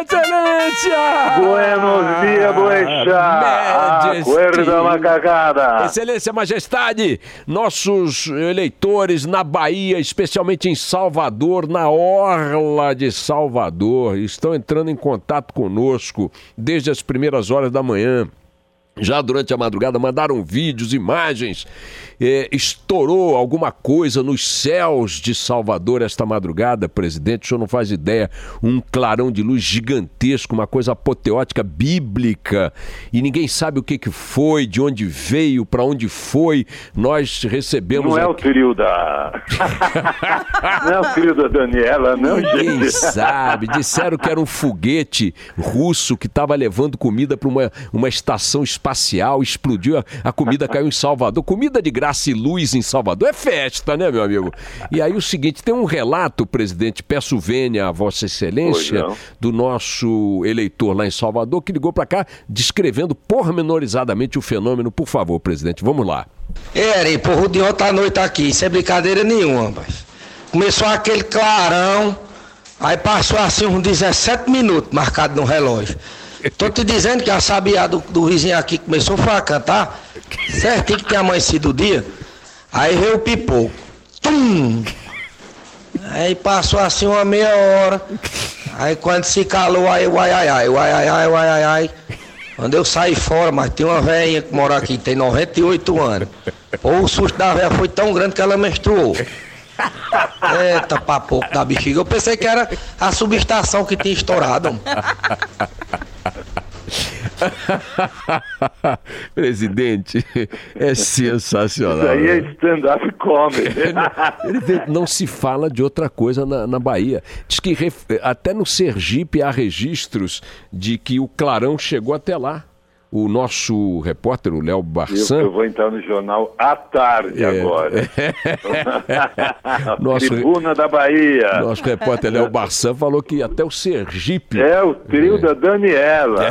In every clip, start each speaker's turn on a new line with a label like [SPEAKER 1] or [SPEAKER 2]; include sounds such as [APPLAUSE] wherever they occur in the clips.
[SPEAKER 1] Excelência! Ah,
[SPEAKER 2] Ah,
[SPEAKER 3] Buenos dias, Boechat!
[SPEAKER 1] Majesty.
[SPEAKER 3] Acuerda macacada!
[SPEAKER 1] Excelência, Majestade, nossos eleitores na Bahia, especialmente em Salvador, na Orla de Salvador, estão entrando em contato conosco desde as primeiras horas da manhã. Já durante a madrugada mandaram vídeos, imagens. É, estourou alguma coisa nos céus de Salvador esta madrugada, presidente. O senhor não faz ideia. Um clarão de luz gigantesco, uma coisa apoteótica, bíblica. E ninguém sabe o que, que foi, de onde veio, para onde foi. Nós recebemos.
[SPEAKER 3] Não é o
[SPEAKER 1] aqui- [LAUGHS]
[SPEAKER 3] trio da. não é o trio da Daniela, não,
[SPEAKER 1] Ninguém
[SPEAKER 3] gente.
[SPEAKER 1] sabe. Disseram que era um foguete russo que estava levando comida para uma, uma estação espacial, explodiu, a, a comida caiu em Salvador. Comida de graça e luz em Salvador é festa, né, meu amigo? E aí o seguinte, tem um relato, presidente, peço vênia a Vossa Excelência,
[SPEAKER 3] Pois não.
[SPEAKER 1] do nosso eleitor lá em Salvador, que ligou para cá descrevendo pormenorizadamente o fenômeno. Por favor, presidente, vamos lá. [LAUGHS]
[SPEAKER 4] É, Ari, porra, o de ontem à noite aqui, sem brincadeira nenhuma, rapaz. Começou aquele clarão, aí passou assim uns 17 minutos marcado no relógio. Tô te dizendo que a sabiá do, do vizinho aqui começou foi a cantar, certinho que tinha amanhecido o dia, aí veio o pipoco. Tum! Aí passou assim uma meia hora, aí quando se calou, aí o ai ai ai, o ai ai ai, o ai ai ai. Quando eu saí fora, mas tem uma velhinha que mora aqui, tem 98 anos. Pô, o susto da velha foi tão grande que ela menstruou. Eita, papoco da bexiga. Eu pensei que era a subestação que tinha estourado. homem.
[SPEAKER 1] presidente, é sensacional.
[SPEAKER 3] Isso aí é
[SPEAKER 1] né?
[SPEAKER 3] stand-up
[SPEAKER 1] [LAUGHS]
[SPEAKER 3] comedy.
[SPEAKER 1] é Ele vê, não se fala de outra coisa na, na Bahia. Diz que ref- até no Sergipe há registros de que o clarão chegou até lá. O nosso repórter, o Léo
[SPEAKER 3] Eu,
[SPEAKER 1] Barçan,
[SPEAKER 3] eu vou entrar no jornal à tarde
[SPEAKER 1] É. [LAUGHS]
[SPEAKER 3] agora.
[SPEAKER 1] Nosso-
[SPEAKER 3] Tribuna da Bahia.
[SPEAKER 1] nosso repórter Léo Barçan falou que até o Sergipe.
[SPEAKER 3] É o trio da Daniela.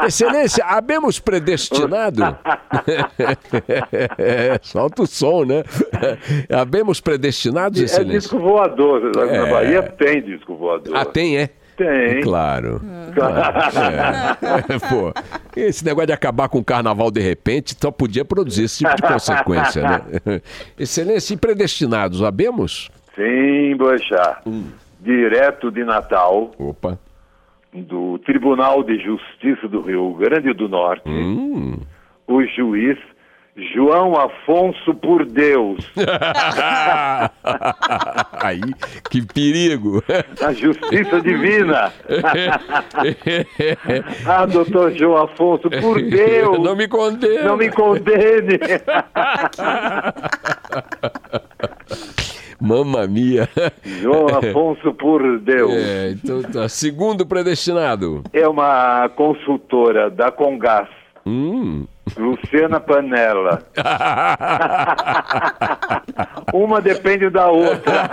[SPEAKER 1] É Excelência, habemos predestinado. [LAUGHS] É, solta o som, né? habemos predestinados,
[SPEAKER 3] É
[SPEAKER 1] excelência.
[SPEAKER 3] disco voador. Na
[SPEAKER 1] É.
[SPEAKER 3] Bahia tem disco voador.
[SPEAKER 1] Ah, tem, é?
[SPEAKER 3] Tem.
[SPEAKER 1] Claro. claro. É. Pô, esse negócio de acabar com o carnaval de repente só podia produzir esse tipo de consequência,
[SPEAKER 3] [LAUGHS]
[SPEAKER 1] né? Excelência, e predestinados, sabemos?
[SPEAKER 3] [LAUGHS] Sim, Boechat.
[SPEAKER 1] Hum.
[SPEAKER 3] Direto de Natal.
[SPEAKER 1] Opa. [LAUGHS]
[SPEAKER 3] do Tribunal de Justiça do Rio Grande do Norte,
[SPEAKER 1] Hum.
[SPEAKER 3] o juiz João Afonso por Deus.
[SPEAKER 1] Aí, que perigo.
[SPEAKER 3] A
[SPEAKER 1] [LAUGHS]
[SPEAKER 3] justiça divina. ah, doutor João Afonso,
[SPEAKER 1] [LAUGHS]
[SPEAKER 3] por Deus.
[SPEAKER 1] Não me condena.
[SPEAKER 3] Não me
[SPEAKER 1] [LAUGHS]
[SPEAKER 3] condene.
[SPEAKER 1] Mamma mia.
[SPEAKER 3] João Afonso, por Deus.
[SPEAKER 1] É, então tá. [LAUGHS] Segundo predestinado. Hum.
[SPEAKER 3] É uma consultora da Congás,
[SPEAKER 1] [LAUGHS]
[SPEAKER 3] Luciana Panela. [LAUGHS] Uma depende da outra.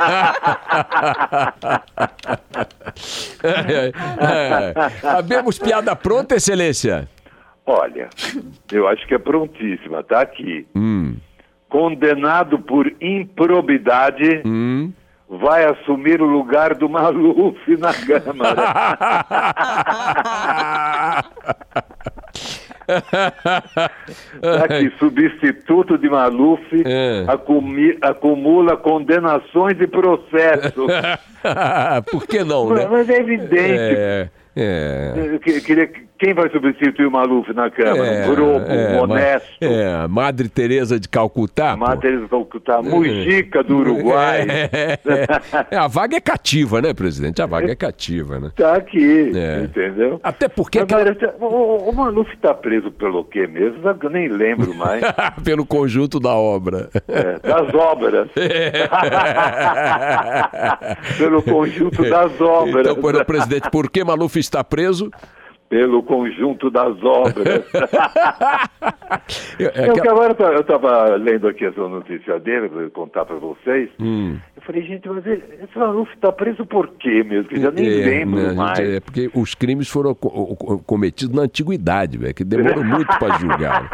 [SPEAKER 1] É. Sabemos piada pronta, excelência? [LAUGHS]
[SPEAKER 3] Olha, eu acho que é prontíssima, tá aqui.
[SPEAKER 1] Hum.
[SPEAKER 3] Condenado por improbidade,
[SPEAKER 1] Hum.
[SPEAKER 3] vai assumir o lugar do Maluf na Câmara.
[SPEAKER 1] [LAUGHS]
[SPEAKER 3] Tá aqui, substituto de Maluf
[SPEAKER 1] É.
[SPEAKER 3] acumi- acumula condenações
[SPEAKER 1] [LAUGHS]
[SPEAKER 3] e processos.
[SPEAKER 1] Por que não, né?
[SPEAKER 3] Mas é evidente,
[SPEAKER 1] É, é.
[SPEAKER 3] Eu que- queria- Quem vai substituir o Maluf na Câmara?
[SPEAKER 1] É,
[SPEAKER 3] um grupo,
[SPEAKER 1] é,
[SPEAKER 3] um
[SPEAKER 1] ma-
[SPEAKER 3] honesto.
[SPEAKER 1] É, Madre Teresa de Calcutá. pô.
[SPEAKER 3] Madre do Calcutá, tá, Mujica do
[SPEAKER 1] [LAUGHS]
[SPEAKER 3] Uruguai.
[SPEAKER 1] É, é, é. A vaga é cativa, né, presidente? A vaga é cativa, né?
[SPEAKER 3] Tá aqui,
[SPEAKER 1] É.
[SPEAKER 3] entendeu?
[SPEAKER 1] Até porque é
[SPEAKER 3] Agora, o, o- o Maluf tá preso pelo quê mesmo? Sabe que Eu nem lembro mais.
[SPEAKER 1] [LAUGHS] pelo conjunto da obra.
[SPEAKER 3] É, das obras. [LAUGHS] pelo conjunto das
[SPEAKER 1] [LAUGHS]
[SPEAKER 3] obras.
[SPEAKER 1] Então, por, presidente, por que Maluf está preso?
[SPEAKER 3] Pelo conjunto das
[SPEAKER 1] [LAUGHS]
[SPEAKER 3] obras.
[SPEAKER 1] É, é
[SPEAKER 3] Eu que
[SPEAKER 1] aquela-
[SPEAKER 3] agora eu tava- eu estava lendo aqui essa notícia dele, para contar para vocês.
[SPEAKER 1] Hum.
[SPEAKER 3] Eu falei, gente, mas ele- esse Maluf está preso por quê mesmo? Que eu já nem
[SPEAKER 1] É,
[SPEAKER 3] lembro
[SPEAKER 1] né, a gente-
[SPEAKER 3] mais.
[SPEAKER 1] É porque os crimes foram co- co- co- cometidos na antiguidade, velho, que demorou muito para
[SPEAKER 3] [LAUGHS]
[SPEAKER 1] julgar.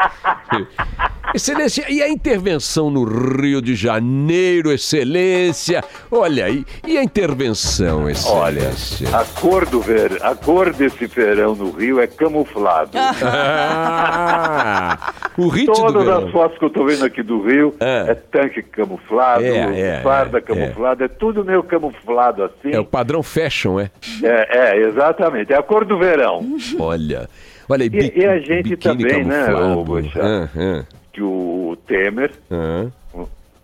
[SPEAKER 1] Excelência, e a intervenção no Rio de Janeiro, excelência? Olha aí, e a intervenção, excelência?
[SPEAKER 3] [LAUGHS] A cor do ver, a cor desse verão no Rio é camuflado.
[SPEAKER 1] Ah, o ritmo do
[SPEAKER 3] Todas
[SPEAKER 1] verão.
[SPEAKER 3] as fotos que eu estou vendo aqui do Rio
[SPEAKER 1] É.
[SPEAKER 3] é, tanque camuflado,
[SPEAKER 1] É, é,
[SPEAKER 3] farda
[SPEAKER 1] é,
[SPEAKER 3] camuflada, é. tudo meio camuflado assim.
[SPEAKER 1] É o padrão fashion, é?
[SPEAKER 3] É, é, exatamente. É a cor do verão.
[SPEAKER 1] Olha, olha aí,
[SPEAKER 3] E-
[SPEAKER 1] bi-
[SPEAKER 3] e a gente
[SPEAKER 1] biquíni
[SPEAKER 3] também, né,
[SPEAKER 1] camuflado.
[SPEAKER 3] ô, Boixá?
[SPEAKER 1] Ah, ah,
[SPEAKER 3] Que o Temer
[SPEAKER 1] ah.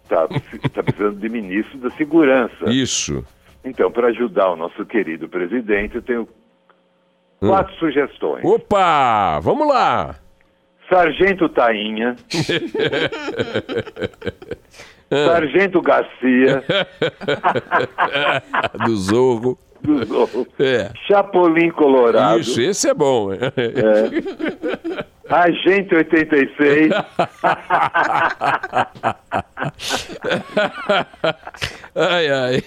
[SPEAKER 3] está tá precisando de ministro da segurança.
[SPEAKER 1] Isso.
[SPEAKER 3] Então, para ajudar o nosso querido presidente, eu tenho quatro
[SPEAKER 1] Ah.
[SPEAKER 3] sugestões.
[SPEAKER 1] Opa, vamos lá.
[SPEAKER 3] Sargento Tainha.
[SPEAKER 1] [LAUGHS] Ah. [LAUGHS]
[SPEAKER 3] Sargento Garcia,
[SPEAKER 1] Do Zorro.
[SPEAKER 3] do Zorro,
[SPEAKER 1] É.
[SPEAKER 3] Chapolin Colorado,
[SPEAKER 1] Isso, esse é bom.
[SPEAKER 3] Agente 86,
[SPEAKER 1] [LAUGHS] Ai, ai.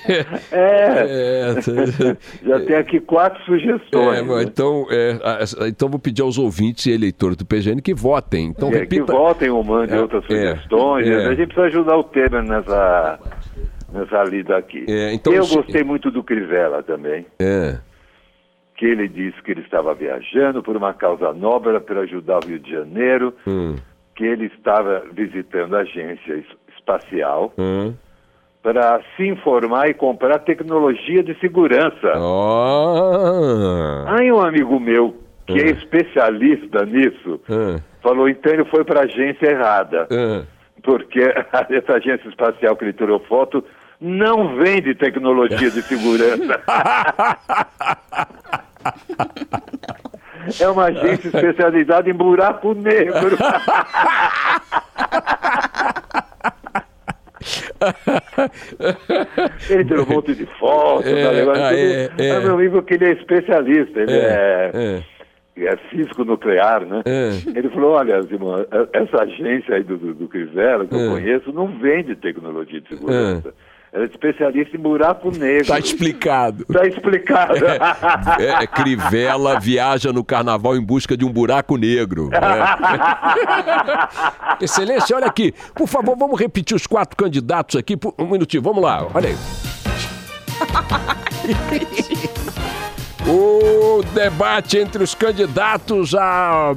[SPEAKER 3] é,
[SPEAKER 1] É,
[SPEAKER 3] já tem aqui quatro
[SPEAKER 1] é,
[SPEAKER 3] sugestões.
[SPEAKER 1] mas então, é, a- a- então vou pedir aos ouvintes e eleitores do PGN que votem. Então
[SPEAKER 3] É, que
[SPEAKER 1] repita.
[SPEAKER 3] votem ou mandem
[SPEAKER 1] É,
[SPEAKER 3] outras
[SPEAKER 1] é,
[SPEAKER 3] sugestões. né?
[SPEAKER 1] é.
[SPEAKER 3] A gente precisa ajudar o Temer nessa, nessa lida aqui.
[SPEAKER 1] É, então
[SPEAKER 3] Eu
[SPEAKER 1] se-
[SPEAKER 3] gostei muito do Crivella também,
[SPEAKER 1] É.
[SPEAKER 3] que ele disse que ele estava viajando por uma causa nobre para ajudar o Rio de Janeiro,
[SPEAKER 1] Hum.
[SPEAKER 3] que ele estava visitando a agência es- espacial
[SPEAKER 1] Hum.
[SPEAKER 3] para se informar e comprar tecnologia de segurança.
[SPEAKER 1] Ó.
[SPEAKER 3] Aí um amigo meu, que é especialista nisso,
[SPEAKER 1] Hum,
[SPEAKER 3] falou, então ele foi para a agência errada.
[SPEAKER 1] hum.
[SPEAKER 3] porque [LAUGHS] essa agência espacial que ele tirou foto não vende tecnologia de segurança. É uma agência especializada em buraco negro. ele tirou um monte de foto,
[SPEAKER 1] É,
[SPEAKER 3] tá ligado?
[SPEAKER 1] ah, é,
[SPEAKER 3] Tudo.
[SPEAKER 1] é.
[SPEAKER 3] Mas meu amigo que ele é especialista, ele é,
[SPEAKER 1] É.
[SPEAKER 3] é físico nuclear, né?
[SPEAKER 1] É.
[SPEAKER 3] Ele falou, olha, Zimão, essa agência aí do, do, do Crivella,
[SPEAKER 1] É.
[SPEAKER 3] que eu conheço, não vende tecnologia de segurança. Ela é especialista em buraco negro.
[SPEAKER 1] Tá explicado.
[SPEAKER 3] Tá explicado.
[SPEAKER 1] É, é, Crivella viaja no carnaval em busca de um buraco negro. É. [LAUGHS] Excelência, olha aqui. Por favor, vamos repetir os quatro candidatos aqui. por- Um minutinho, vamos lá. Olha aí. [LAUGHS] O debate entre os candidatos a, a,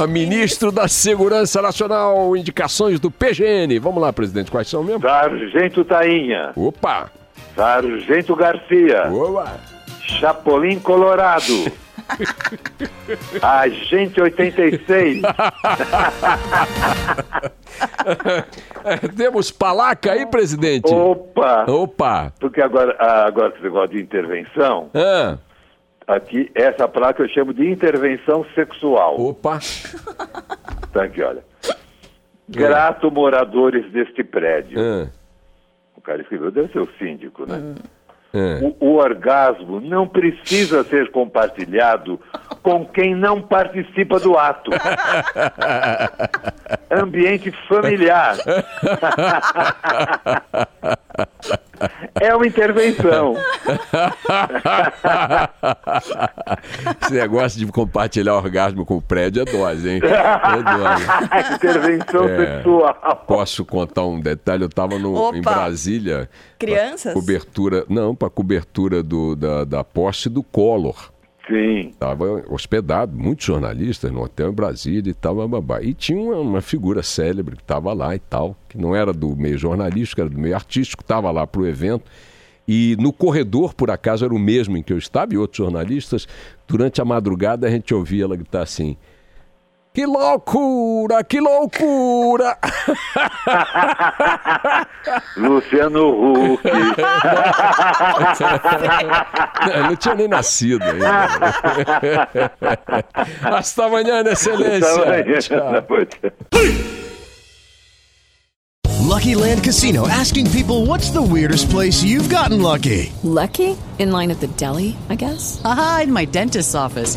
[SPEAKER 1] a ministro da Segurança Nacional, indicações do PGN. Vamos lá, presidente, quais são mesmo?
[SPEAKER 3] [LAUGHS] Sargento Tainha,
[SPEAKER 1] Opa!
[SPEAKER 3] Sargento Garcia,
[SPEAKER 1] Boa!
[SPEAKER 3] Chapolin
[SPEAKER 1] [LAUGHS]
[SPEAKER 3] Colorado, Agente 86,
[SPEAKER 1] É, Temos palaca aí, presidente?
[SPEAKER 3] opa!
[SPEAKER 1] Opa!
[SPEAKER 3] Porque agora, ah, agora esse negócio de intervenção,
[SPEAKER 1] Ah,
[SPEAKER 3] aqui, essa placa eu chamo de intervenção sexual.
[SPEAKER 1] opa!
[SPEAKER 3] Tá aqui, olha. Grato moradores deste prédio.
[SPEAKER 1] Ah,
[SPEAKER 3] O cara escreveu, deve ser o síndico, né?
[SPEAKER 1] ah.
[SPEAKER 3] O, o orgasmo não precisa ser compartilhado com quem não participa
[SPEAKER 1] [LAUGHS]
[SPEAKER 3] do ato. Ambiente
[SPEAKER 1] [LAUGHS]
[SPEAKER 3] familiar. É uma intervenção. [LAUGHS]
[SPEAKER 1] Esse negócio de compartilhar orgasmo com o prédio é dose, hein? É dose.
[SPEAKER 3] intervenção
[SPEAKER 1] É.
[SPEAKER 3] sexual.
[SPEAKER 1] Posso contar um detalhe? Eu estava em
[SPEAKER 5] Opa.
[SPEAKER 1] Brasília. pra
[SPEAKER 5] Crianças?
[SPEAKER 1] Cobertura. Não, para cobertura do, da, da posse do Collor.
[SPEAKER 3] Sim.
[SPEAKER 1] Estava hospedado, muitos jornalistas no hotel em Brasília e tal, bababá. E tinha uma, uma figura célebre que estava lá e tal, que não era do meio jornalístico, era do meio artístico, estava lá para o evento. E no corredor, por acaso, era o mesmo em que eu estava e outros jornalistas. Durante a madrugada, a gente ouvia ela gritar assim: Que loucura, que loucura! [LAUGHS]
[SPEAKER 3] Luciano
[SPEAKER 1] [LAUGHS]
[SPEAKER 3] Huck.
[SPEAKER 1] É, Não, não tinha nem nascido ainda. né? [LAUGHS] Hasta amanhã, excelência. Tchau.
[SPEAKER 3] é.
[SPEAKER 2] Lucky Land Casino asking people what's the weirdest place you've gotten lucky?
[SPEAKER 6] Lucky? In line at the deli, I guess?
[SPEAKER 7] Aha, in my dentist's office.